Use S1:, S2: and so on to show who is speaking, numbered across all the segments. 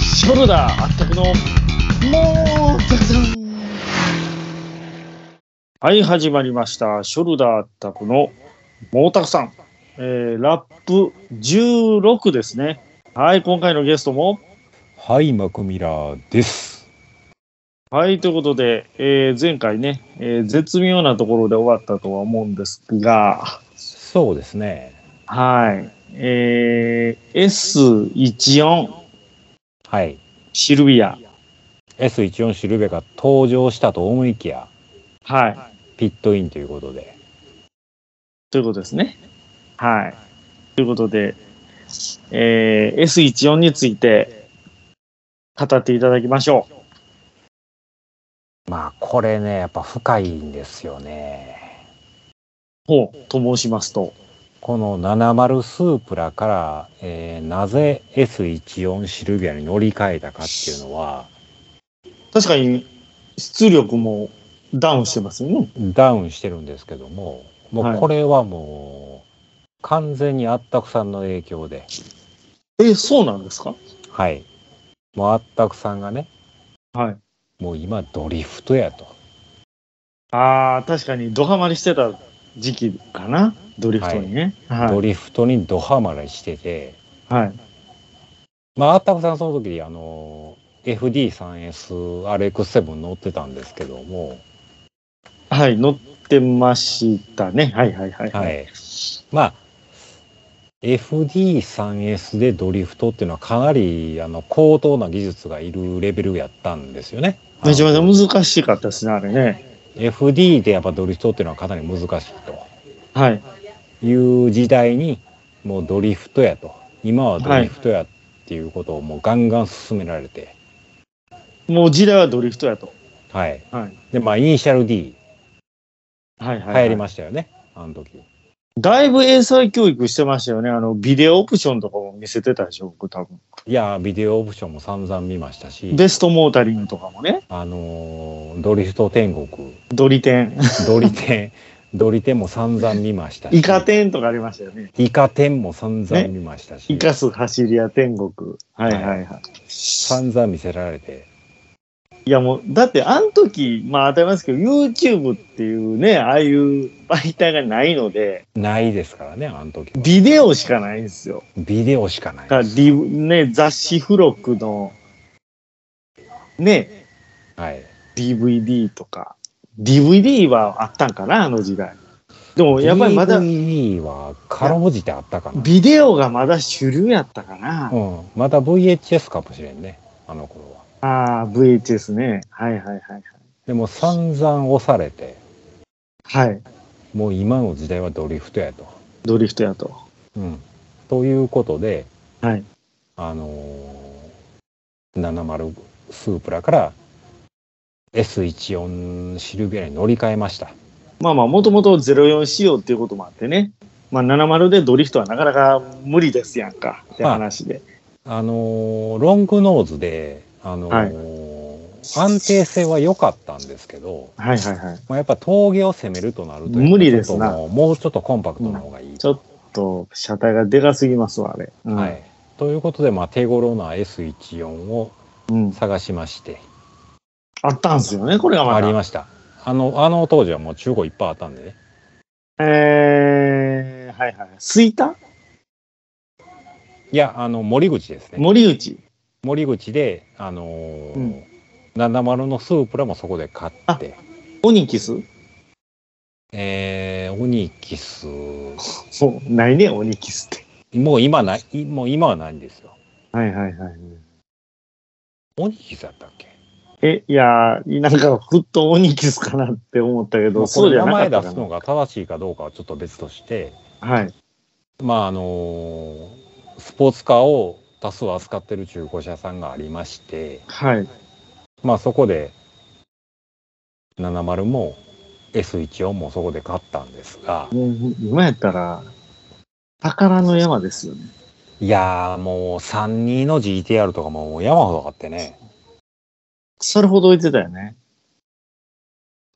S1: ショルダーあったくの、もう、ザザンはい、始まりました。ショルダーあったくの、毛沢さん。えー、ラップ16ですね。はい、今回のゲストも、
S2: はい、マクミラーです。
S1: はい、ということで、えー前回ね、えー絶妙なところで終わったとは思うんですが、
S2: そうですね。
S1: はい、えー、S14
S2: はい。
S1: シルビア。
S2: S14 シルベが登場したと思いきや、
S1: はい、
S2: ピットインということで。
S1: ということですね。はい。ということで、えー S14 について語っていただきましょう。
S2: まあ、これね、やっぱ深いんですよね。
S1: ほう、と申しますと。
S2: この70スープラから、えーなぜ S14 シルビアに乗り換えたかっていうのは、
S1: 確かに出力もダウンしてますよね。
S2: ダウンしてるんですけども、も
S1: は
S2: う
S1: い
S2: これはもう、完全にあったくさんの影響で、
S1: え、そうなんですか
S2: はい。もうあったくさんがね、
S1: はい。
S2: もう今ドリフトやと。
S1: ああ、確かにドハマりしてた時期かな。ドリフトにね。は
S2: ド
S1: い。
S2: リフトにドハマりしてて、
S1: はい。
S2: まあ、あったくさんその時、あの、FD3S、RX7 乗ってたんですけども、
S1: はい。乗ってましたね。はいはいはい。
S2: は。い。まあ、FD3S でドリフトっていうのはかなりあの高等な技術がいるレベルやったんですよね。
S1: めちゃめ
S2: あの
S1: ちゃ難しかったですね、あれね。
S2: FD でやっぱドリフトっていうのはかなり難しいと
S1: はい。
S2: いう時代に、もうドリフトやと。今はドリフトやっていうことをもうガンガン進められて、
S1: もう時代はドリフトやと。
S2: はい。
S1: はい。
S2: で、まあ、イニシャル D
S1: はいはい、
S2: 流
S1: はい。
S2: 行りましたよね、あの時。
S1: だいぶ英才教育してましたよね。あの、ビデオオプションとかも見せてたでしょ、僕多分。
S2: いやー、ビデオオプションも散々見ましたし、
S1: ベストモータリングとかもね。
S2: あのードリフト天国、
S1: ドリテン、
S2: ドリテ ン、ドリテンも散々見ましたし、
S1: イカテンとかありましたよね。
S2: イカ天も散々見ましたし、
S1: イカス走り屋天国。はいはいはい。
S2: 散々見せられて、
S1: いやもう、だってあの時、まあ当たり前ですけど、YouTube っていうね、ああいう媒体がないので、
S2: ないですからね、あの時は。
S1: ビデオしかないんですよ。
S2: ビデオしかな
S1: だから
S2: いです。
S1: リブね、雑誌付録の、ね、
S2: はい。
S1: DVD とか。DVD はあったんかな、あの時代。でもやっぱりまだ、
S2: DVD は、かろうじてあったかな。
S1: ビデオがまだ主流やったかな。
S2: うん。まだ VHS かもしれんね、あの頃は。
S1: ああ、VHS ね。はいはいはい
S2: でも散々押されて、
S1: はい。はい。
S2: もう今の時代はドリフトやと。
S1: ドリフトやと。
S2: うん、ということで、
S1: はい。
S2: あのー70スープラから S14 シルビアに乗り換えました。
S1: まあまあ、もともと04仕様っていうこともあってね。まあ、70でドリフトはなかなか無理ですやんか。って話で。
S2: あのーロングノーズで、あのー安定性は良かったんですけど、
S1: はいはいはい。
S2: まあ、やっぱ峠を攻めるとなると、
S1: 無理ですな
S2: ちょっともうもうちょっとコンパクトな方がいい。
S1: ちょっと、車体がでかすぎますわ、あれ。うん
S2: はい。、ということで、まあ、手頃な S14 を
S1: うん。
S2: 探しまして、
S1: あったんすよね、これがまだ。
S2: ありました。あの、あの当時はもう中古いっぱいあったんでね。
S1: えー、はいはい。スイタ
S2: いや、あの、森口ですね。
S1: 森内。
S2: 森口で、あのー
S1: うん
S2: 70のスープラもそこで買って、
S1: オニキス
S2: えー、オニキス、
S1: そう、ないね、オニキスって。
S2: もう今ない、もう今はないんですよ。
S1: はいはいはい。
S2: オニキスだったっけ
S1: え、いやー、なんか、ふっとオニキスかなって思ったけ
S2: ま
S1: ど、
S2: あこ
S1: そう
S2: れ
S1: じゃ
S2: 名
S1: なかっ
S2: 前
S1: た
S2: 出
S1: か
S2: す
S1: な
S2: の。が正しいかどうかはちょっと別として、
S1: はい。
S2: まあ、あのースポーツカーを多数扱ってる中古車さんがありまして、
S1: はい。
S2: まあそこで、70も S14 もそこで買ったんですが、
S1: もう、今やったら、宝の山ですよね。
S2: いやーもう32の GTR とかもう山ほど買ってね、
S1: それほど言ってたよね。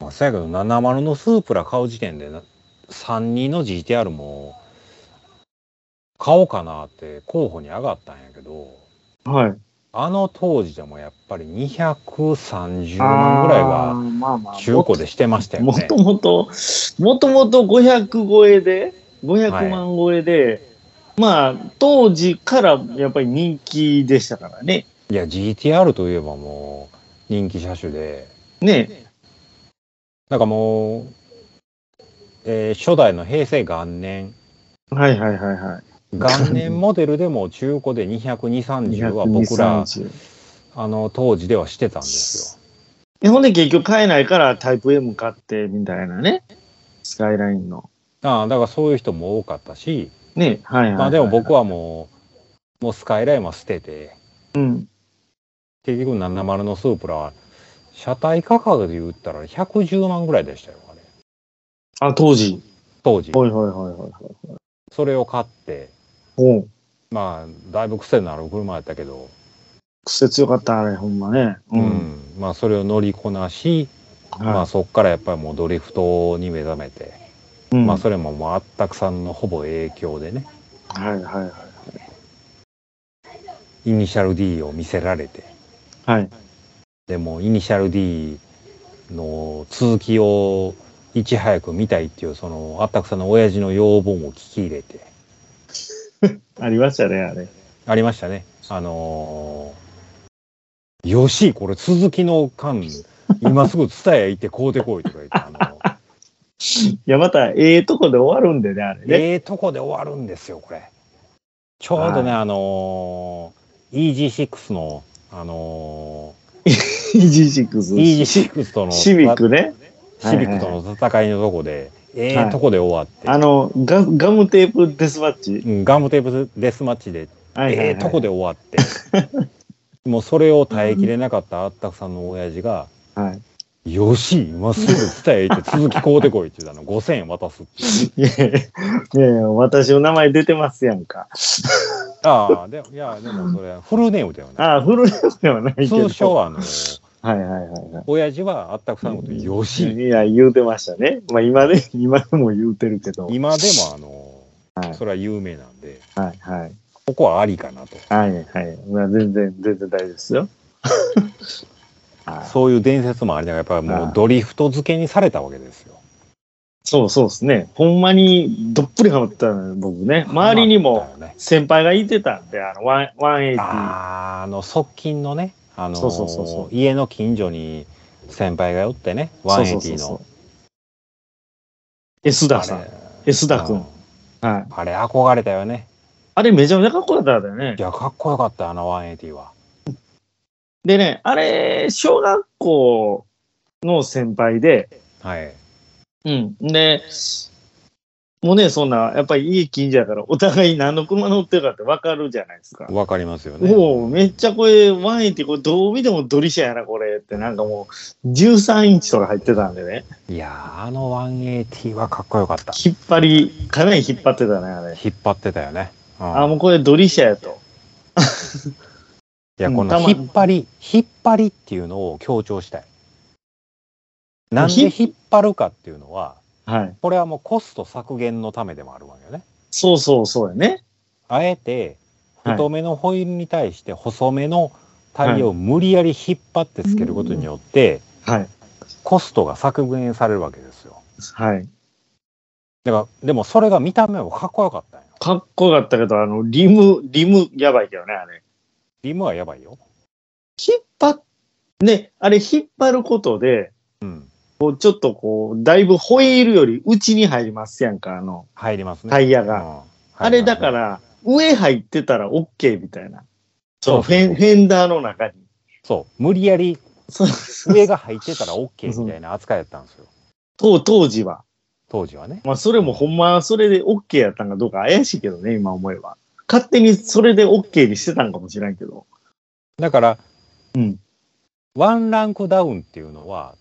S2: まあ、そやけど70のスープラ買う時点でな32の GTR も買おうかなって候補に上がったんやけど、
S1: はい。
S2: あの当時でもやっぱり230万ぐらい
S1: あー
S2: は
S1: まあまあ
S2: 中古でしてましたよ
S1: も
S2: ね
S1: と。もと、もともと500超えで、500万超えで、まあ、当時からやっぱり人気でしたからね。
S2: いや、GTR といえばもう人気車種で、
S1: ね。
S2: なんかもう、えー初代の平成元年、
S1: はいはいはいはい。
S2: 元年モデルでも中古で220、30は僕ら、
S1: 230
S2: あの当時ではしてたんですよ。
S1: えほんで結局買えないからタイプ M 買ってみたいなね。スカイラインの。
S2: ああだからそういう人も多かったし、
S1: ね。はいはい、はい。
S2: まあでも僕はもう、もうスカイラインは捨てて、
S1: うん。
S2: 結局70のスープラは、車体価格で言ったら110万ぐらいでしたよ、あれ。
S1: あ、当時。
S2: 当時。
S1: はいはいはいはいはい。
S2: それを買って、
S1: おう
S2: まあ、だいぶ癖のある車やったけど、
S1: 癖強かった、あれ、ほんまね。
S2: うん。まあ、それを乗りこなし、まあ、
S1: は
S2: そっからやっぱりもうドリフトに目覚めて、
S1: い。うん
S2: まあ、それももうあったくさんのほぼ影響でね、
S1: はいはいはい。
S2: イニシャル D を見せられて、
S1: はい。
S2: でもうイニシャル D の続きをいち早く見たいっていう、そのあったくさんの親父の要望も聞き入れて、
S1: ありましたね、あれ。
S2: ありましたね。あのーよし、これ続きの間、今すぐ伝え行って買うてこいとか言って、あのー
S1: いや、また、ええとこで終わるんでね、あれね。
S2: ええとこで終わるんですよ、これ。ちょうどね、あのー、EG6 の、あの
S1: EG6。
S2: ー、EG6 との、
S1: シビックね。
S2: たシビックとの戦いのとこで、ええとこで終わって、
S1: あの、ガガムテープデスマッチ。
S2: うんガムテープデスマッチで、
S1: はいはいはい
S2: ええとこで終わって、 もうそれを耐えきれなかったあったくさんの親父が、
S1: はい。
S2: よし、今すぐ伝えって続き買うてこいって言ったの、5000円渡すっていう。
S1: いやいやいや、私の名前出てますやんか。
S2: ああ、でも、いや、でもそれはフルネームだよね。
S1: ああ、フルネームではないけど。
S2: 通称は、あの、
S1: はいはいはいはい。
S2: 親父はあったくさんのこと、よし、
S1: いや、言うてましたね。まあ今で、今でも言うてるけど。
S2: 今でもあ
S1: は
S2: の、
S1: い
S2: それは有名なんで、
S1: はいはい。
S2: ここはありかなと。
S1: はいはい。まあ全然、全然大丈夫です よ。はい
S2: そういう伝説もありながら、やっぱり
S1: あ
S2: も
S1: あ
S2: うドリフト付けにされたわけですよ。
S1: そうそうですね。ほんまにどっぷりハマったのよ僕ね。周りにも。先輩がいてたんで、あの、ワン180。
S2: あーあの側近のね、あのー
S1: そうそうそうそう
S2: 家の近所に先輩がおってね
S1: そうそう
S2: 180
S1: そうそう
S2: の。
S1: S
S2: あ
S1: 田さん。S 田君。
S2: う
S1: は
S2: ん
S1: い。あ
S2: あれ憧れたよね
S1: れめちゃめちゃかっこよかったんだよ
S2: い
S1: ね。
S2: やかっこよかったあの180は
S1: でね、あれ、小学校の先輩で、
S2: はい
S1: うん。で、もうね、そんな、やっぱり家近所やから、お互い何の車乗ってるかってわかるじゃないですか。
S2: わかりますよね
S1: おお、めっちゃこれ、ワンエイティ、これどう見てもドリシャやな、これって、なんかもう、13インチとか入ってたんでね、
S2: いやーあの180はかっこよかった
S1: 引っ張り、かなり引っ張ってたね、あれ。
S2: 引っ張ってたよね、うん
S1: あ、もうこれドリシャやと。
S2: いや
S1: うん
S2: この
S1: たま
S2: 引っ張り引っ張りっていうのを強調したいなんで引っ張るかっていうのは
S1: はい。
S2: これはもうコスト削減のためでもあるわけよね
S1: そうそうそうやね。
S2: あえて
S1: はい
S2: 太めのホイールに対して細めのタイヤを無理やり引っ張ってつけることによって
S1: はい。
S2: コストが削減されるわけですよ。
S1: はい。
S2: だからでもそれが見た目はかっこよかったんよ。
S1: かっこよかったけど、あの、リム、リム、やばいけどね、あれ。
S2: リムはやばいよ。
S1: 引っ張っ、ね、あれ引っ張ることで、
S2: うん。
S1: こう、ちょっとこう、だいぶホイールより内に入りますやんか、あの、
S2: 入りますね。
S1: タイヤ
S2: うん
S1: が。
S2: はい
S1: あれだか。ら、上入ってたら OK みたいな。
S2: そ
S1: そうう、フェンフェンダーの中に。
S2: そう。無理やり
S1: そう
S2: 上が入ってたら OK みたいな扱いだったんですよ。
S1: 当当時は。
S2: 当時はね。
S1: まあ、それもほんま、それで OK やったんかどうか怪しいけどね、今思えば。勝手にそれで OK にしてたんかもしれんけど。
S2: だから、
S1: うん
S2: ワンランクダウンっていうのは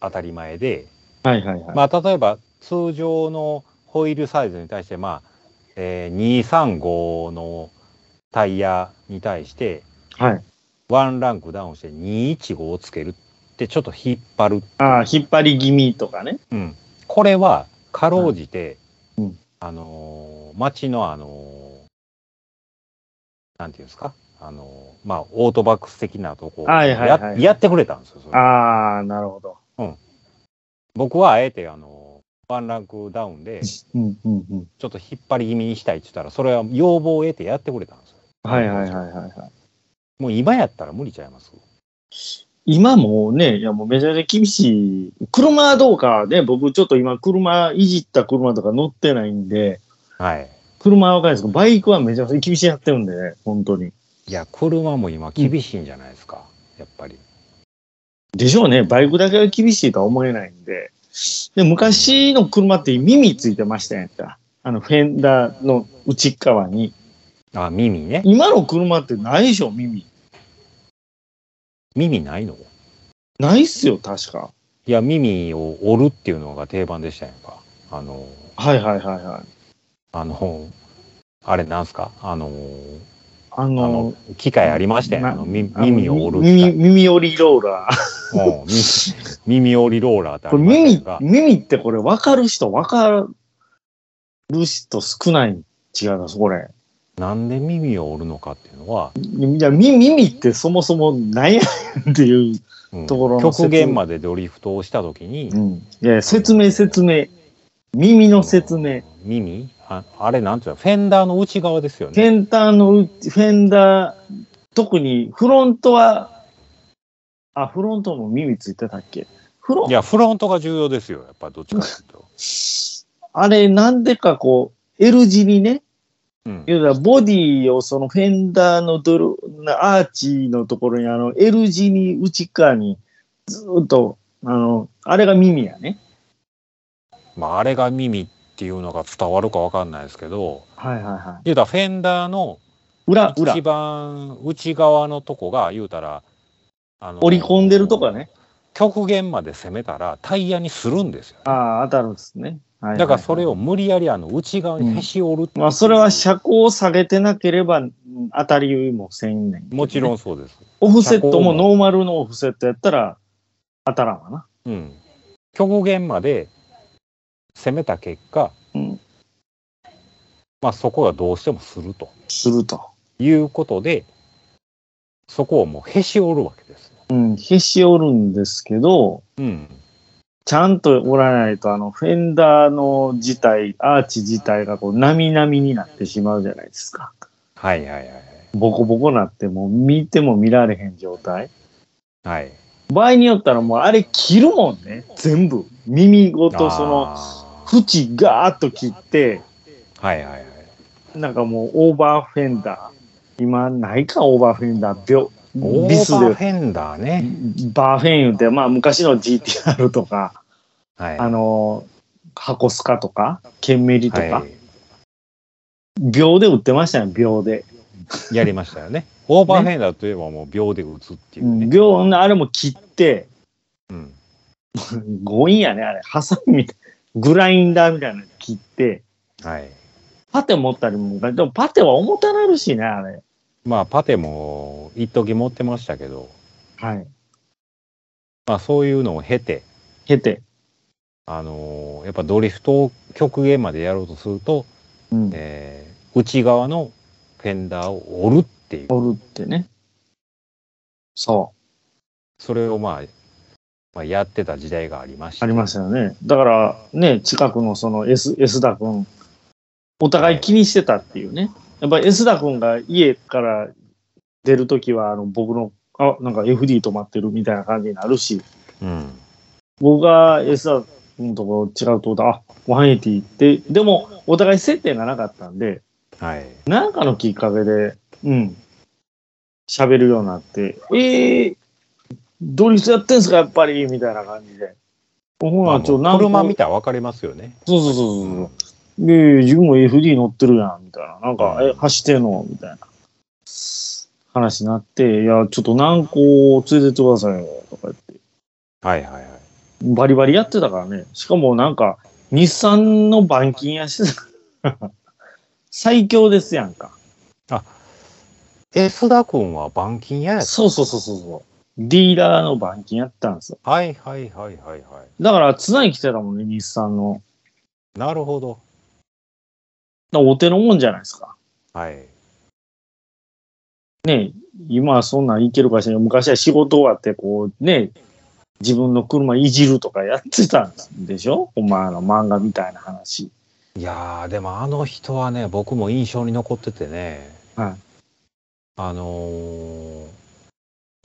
S2: 当たり前で、
S1: はいはいはい。
S2: まあ、例えば通常のホイールサイズに対して、まあえー235のタイヤに対して
S1: はい。
S2: ワンランクダウンして215をつけるってちょっと引っ張る、
S1: ああ、引っ張り気味とかね。
S2: うん、これはかろうじて、
S1: はいうん
S2: あのー町のあのーなんていうんですか、ああの、まあ、オートバックス的なとこをや,、
S1: はいはいはい
S2: やってくれたんですよ。それ
S1: ああ、なるほど。
S2: 僕はあえて、あの、ワンランクダウンで、ち
S1: うんうんうん。
S2: ょっと引っ張り気味にしたいって言ったら、それは要望を得てやってくれたんですよ。
S1: はいはいはいはい。はい
S2: もう今やったら無理ちゃいます
S1: 今もうね、いやもうめちゃめちゃ厳しい。車はどうかね、僕ちょっと今車、いじった車とか乗ってないんで、
S2: はい。
S1: 車はわかるんないですけど、バイクはめちゃめちゃ厳しいやってるんでね、本当に。
S2: いや、車も今厳しいんじゃないですか。やっぱり。
S1: でしょうね、バイクだけは厳しいとは思えないんで。で、昔の車って耳ついてましたやんか。あの、フェンダーの内側に。
S2: あ、耳ね。
S1: 今の車ってないでしょ、耳。
S2: 耳ないの
S1: ないっすよ、確か。
S2: いや、耳を折るっていうのが定番でしたやんか。あの、
S1: はいはいはいはい。
S2: あの、あれなんすかあの、
S1: あ
S2: あ
S1: の
S2: の、機械ありましたやん。
S1: な
S2: あの、み
S1: あの
S2: 耳を折る機
S1: 耳、
S2: 械。
S1: 耳折りローラー。
S2: うんみ 耳折りローラーってあ
S1: こ
S2: り
S1: れ
S2: ましたやん
S1: 耳
S2: か、
S1: 耳ってこれ分かる人、分かる人少ないん違うな、これ。
S2: なんで耳を折るのかっていうのは、
S1: いや、み耳ってそもそもないやねんっていう。
S2: うん
S1: ところの説
S2: 極限までドリフトをしたときに、
S1: うん。いや、説明説明。耳の説明。
S2: 耳ああれなんていうのフェンダーの内側ですよ
S1: フ
S2: ね。
S1: ェンダーのうち、フェンダー、特にフロントは、あ、フロントも耳ついてたっけフロ
S2: い
S1: ン
S2: や、フロントが重要ですよ。やっぱどっちかっていうと。
S1: あれ、なんでかこう、L 字にね、
S2: うん
S1: 要はボディをそのフェンダーのドル、アーチのところに、あの、L 字に内側に、ずーっと、あの、あれが耳やね。
S2: まあ、あれが耳っていうのが伝わるかわかんないですけど、
S1: はいはいは
S2: 言うたらフェンダーの
S1: い。裏、裏
S2: 一、番内側のとこが、言うたら、あの
S1: 折り込んでるとこやね。。
S2: 極限まで攻めたらタイヤにするんですよ。
S1: ああ、当たるんですね。はいはいはい
S2: だからそれを無理やりあの内側にへし折るっていう
S1: まあ、それは車高を下げてなければ、うん当たりもせんねん。
S2: もちろ
S1: ん。
S2: んそうです。
S1: オフセット
S2: 車高
S1: も
S2: も
S1: ノーマルのオフセットやったら、当たらんわな。
S2: うん、極限まで攻めた結果、
S1: うん
S2: まあ、そこがどうしてもすると
S1: すると。
S2: いうことでそこをもうへし折るわけです。
S1: うん、へし折るんですけど、
S2: うん、
S1: ちゃんと折らないと、あの、フェンダーの自体、アーチ自体がこう、なみなみになってしまうじゃないですか。
S2: はいはいはい
S1: ボコボコなって、もう見ても見られへん状態。
S2: はい。
S1: 場合によったらもう、あれ切るもんね。全部。耳ごと、その、
S2: あ
S1: 縁ガーッと切って、
S2: ーはいはいはい。
S1: なんかもうオーバーフェンダー。今、ないか、オーバーフェンダー。ビョ
S2: オ
S1: ビ
S2: ー
S1: ス
S2: バー
S1: で
S2: フ。ェンダーね。
S1: バーフェン言うて、まあ昔の GTR とか、
S2: はい、
S1: あの、箱スカとか、ケンメリとか、
S2: は
S1: 秒で売ってましたよ、秒で。
S2: い、やりましたよね。オーバーフェンダーといえばもう秒で打つっていうね。
S1: 秒、あれも切って、
S2: うん
S1: 強引やね、あれ。ハサミみたい。グラインダーみたいなの切って、
S2: はい、
S1: パテ持ったりも、でもパテは重たなるしね、あれ。
S2: まあパテも一時持ってましたけど、
S1: はい。
S2: まあ、そういうのを経て
S1: 経て。
S2: あのーやっぱドリフトを極限までやろうとすると、
S1: うん。
S2: えー内側のフェンダーを折るっていう
S1: 折るってね。そう。
S2: それをまあ、まあ、やってた時代がありました
S1: ありましたよね。だから、ね、近くのその S、S 田君、お互い気にしてたっていうね。やっぱり S 田君が家から出るときは、あの、僕の、あ、なんか FD 止まってるみたいな感じになるし、
S2: うん
S1: 僕が S 田君のとこ違うとこだ、あ、180って、でも、お互い接点がなかったんで、
S2: はい
S1: なんかのきっかけで、うん、喋るようになって、えー、ドリフトやってんすか、やっぱり、みたいな感じで。ほ
S2: まあ
S1: な、ちょ、
S2: もう
S1: なん
S2: 車
S1: か
S2: 見たら分かりますよね
S1: そうそうそうそうそう。で、自分も FD 乗ってるやん、みたいな。なんか、
S2: うん
S1: え、走ってんのみたいな話になって、いや、ちょっと南高を連れてってくださいよ、とか言って。
S2: はいはいはい
S1: バリバリやってたからね。しかもなんか、日産の板金やしてた。 最強ですやんか。
S2: え須田君は板金ややった
S1: そうそうそうそうそう。ディーラーの板金やったんですよ。
S2: はいはいはいはいは
S1: だから、常に来てたもんね、日産の。
S2: いなるほど
S1: だからお手のもんじゃないですか。
S2: はい
S1: ね、今はそんなんいけるかしらんけど昔は仕事終わって、こうね、自分の車いじるとかやってたんでしょお前の漫画みたいな話。
S2: いやー、でもあの人はね、僕も印象に残っててね、
S1: はい
S2: あのー、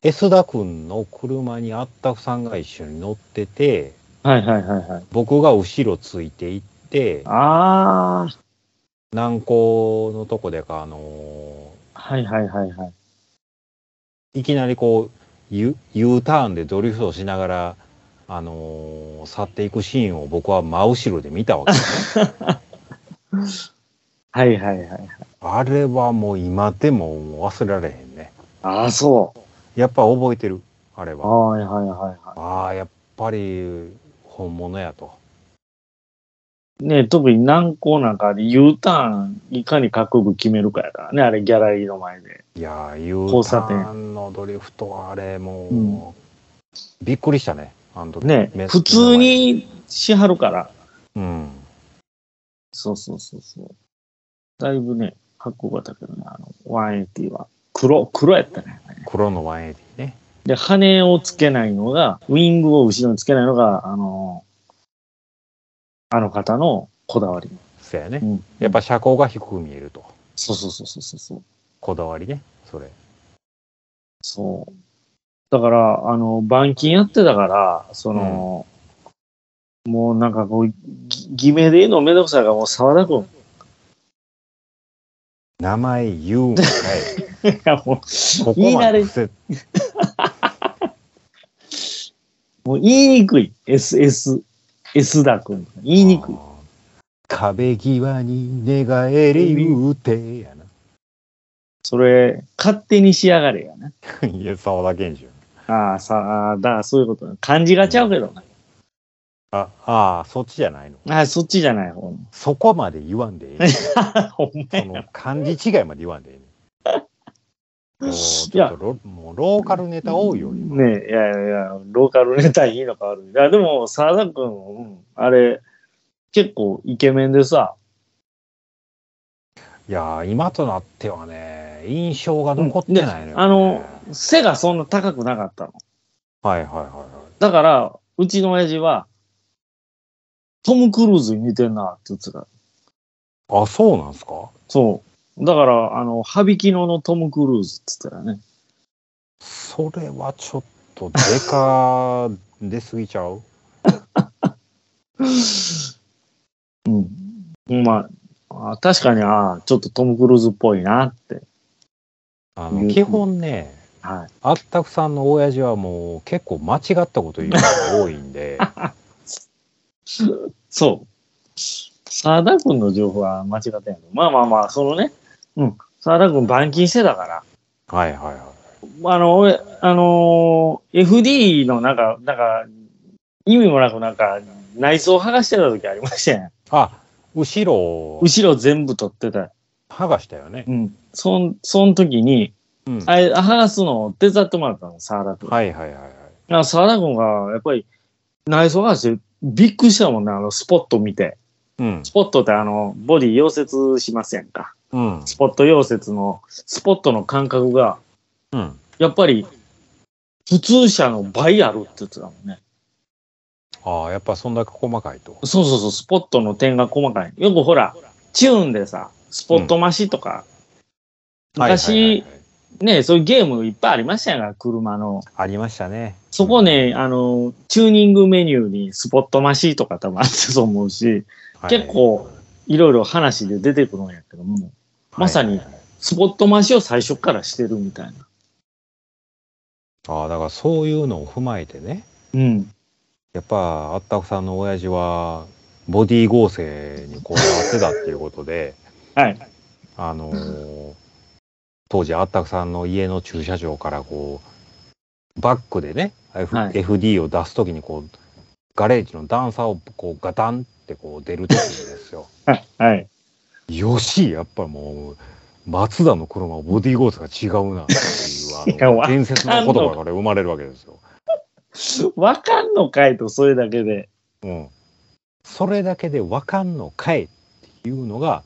S2: S 田君の車にあったくさんが一緒に乗ってて、
S1: はいはいはいはい。
S2: 僕が後ろついていって、
S1: ああ、
S2: 南港のとこでか、あの
S1: はいはいはいはい。
S2: ーいきなりこう、U, U ターンでドリフトしながら、あのー去っていくシーンを僕は真後ろで見た わけ。
S1: はいはいはい。
S2: あれはもう今でももう忘れられへんね。
S1: ああ、そう。
S2: やっぱ覚えてる、あれは。
S1: はいはいはいは
S2: ああ、やっぱり本物やと。
S1: い。ね特に南港なんかで U ターンいかに覚悟決めるかやからね、あれギャラリーの前で。
S2: いやー、U
S1: 交
S2: タ
S1: 差点
S2: ーンのドリフトはあれもう、
S1: う
S2: びっくりしたね、あの時
S1: ね
S2: 目
S1: 普通にしはるから。
S2: 目の前で
S1: そうそうそうそう。だいぶね、かっこよかったけどね、あの、180は。黒、黒やったね。
S2: うん、黒の 1AD ね。
S1: で、羽をつけないのが、ウィングを後ろにつけないのが、あの、あの方のこだわり。
S2: そやね、
S1: うん
S2: やっぱ車高が低く見えると。
S1: そうそうそうそうそうそう。
S2: こだわりね、それ。
S1: そう。だから、あの、板金やってたから、その、もうなんかこう、ぎ偽名で言うのめんどくさいから、もう沢田君。
S2: 名前言う んかい。
S1: いや、もう、
S2: こ
S1: 言
S2: こ
S1: い
S2: ま
S1: 慣
S2: で
S1: れ
S2: 伏せ
S1: もう言いにくい。S、S、S だ君。言いにくい
S2: あ。ー壁際に寝返り打てやな。
S1: それ、勝手にしやがれやな。
S2: いや、沢田研修。
S1: ああ、さあ、だ、そういうことな。漢字がちゃうけどな。
S2: あ、ああ、そっちじゃないの。
S1: ああ、そっちじゃない方の。
S2: そこまで言わんでええね ん。
S1: ほんま
S2: そ
S1: や
S2: の漢字違いまで言わんでええねん。もう
S1: い
S2: ちょっ
S1: や
S2: とロもうローカルネタ多いよ、今。
S1: ねえ、いやいやいや、ローカルネタいいのか悪い。いや、でも、沢田君、うんあれ、結構イケメンでさ、
S2: いやー、今となってはね、印象が残ってないのよ、ね
S1: あの、背がそんな高くなかったの。
S2: はいはいはいはい。
S1: だから、うちの親父は、トム・クルーズに似てんなって言ってた。
S2: あ、そうなんすか
S1: そう。だから、あの、羽引きののトム・クルーズって言ってたらね。
S2: それはちょっとデカ出すぎちゃ う
S1: うん。まあ、あ確かに、ああ、ちょっとトム・クルーズっぽいなって。
S2: あ
S1: 言う
S2: の、基本ね、
S1: はい。
S2: あったくさんの親父はもう結構間違ったこと言うのが多い んで、
S1: そう。沢田君の情報は間違ってんけど。まあまあまあ、そのね、うん。沢田君、板金してたから。
S2: はいはいはい。
S1: あの、俺、あのー FD のなんか、なんか、意味もなくなんか、内装剥がしてた時ありましたやん。
S2: あ、後ろを
S1: 後ろ全部取ってた。
S2: 剥がしたよね。
S1: うん。そん、そん時に、
S2: うん。は
S1: あれ、剥がすのを手伝ってもらったの、沢田君。
S2: いはいはいはい。
S1: なんか沢田君が、やっぱり、内装剥がして、びっくりしたもんね、あの、スポット見て。
S2: うん。
S1: スポットってあの、ボディ溶接しませんか。
S2: うん。
S1: スポット溶接の、スポットの感覚が、
S2: うん。
S1: やっぱり、普通車の倍あるって言ってたもんね。
S2: ああ、やっぱそんだけ細かいと。
S1: そうそうそう、スポットの点が細かい。よくほら、チューンでさ、スポット増しとか、
S2: はいはい
S1: 昔
S2: はいはい
S1: ね、そういうゲームいっぱいありましたやんか、車の。
S2: ありましたね。
S1: そこね、あの、チューニングメニューにスポット増しとか多分あったと思うし、
S2: はい
S1: 結構、いろいろ話で出てくるんやけども、まさに
S2: はいはいはい
S1: スポット増しを最初からしてるみたいな。
S2: ああ、だからそういうのを踏まえてね、
S1: うん。
S2: やっぱ、あったくさんの親父は、ボディ合成にこだわってたっていうことで、
S1: はい。
S2: あのー当時、あったくさんの家の駐車場から、こう、バックでね、F
S1: はい
S2: FD を出すときに、こう、ガレージの段差を、こう、ガタンってこう出るときですよ。
S1: はいはい。
S2: よし、やっぱもう、松田の車はボディーゴースが違うなって い、
S1: いうや
S2: あ
S1: わ
S2: の
S1: かん
S2: 伝説の言葉から生まれるわけですよ。
S1: わかんのかいと、それだけで。
S2: うん。それだけでわかんのかいっていうのが、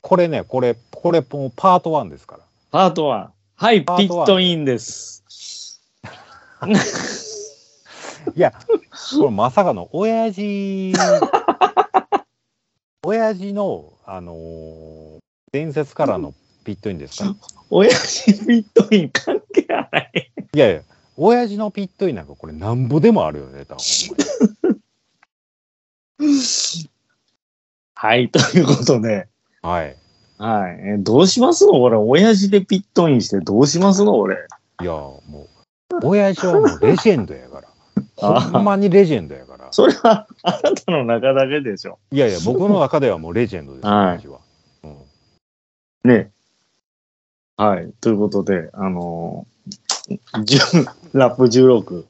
S2: これね、これ、これもうパート1ですから。
S1: パート1。はい、ピ
S2: パートワン
S1: ットインです。
S2: いや、これまさかの 親父、親父の、あのー伝説からのピットインですか、
S1: 親父ピットイン関係ない。
S2: いやいや、親父のピットインなんかこれなんぼでもあるよね、多分。
S1: はい、ということで。
S2: はい。
S1: はい。えどうしますの俺、親父でピットインしてどうしますの俺。
S2: いや、もう、親父はもうレジェンドやから。
S1: あ
S2: ほんまにレジェンドやから。
S1: それは、あなたの中だけでしょ。
S2: いやいや、僕の中ではもうレジェンドです、
S1: はい
S2: 親父は。うん
S1: ね。はい。ということで、あのー、じゅラップ16、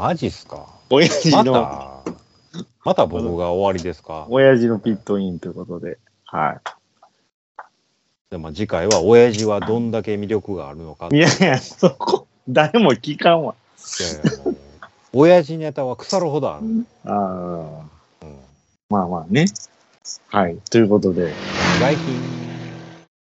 S2: マジっすか。
S1: 親父
S2: ま
S1: の、
S2: た、また僕が終わりですか。
S1: 親父のピットインということで、はい。
S2: でも次回は親父はどんだけ魅力があるのかって
S1: い
S2: い
S1: やいや、そこ、誰も聞かんわ。
S2: やいやもう親父ネタは腐るほどある。
S1: あーまあまあね。はい。ということで、
S2: 外勤。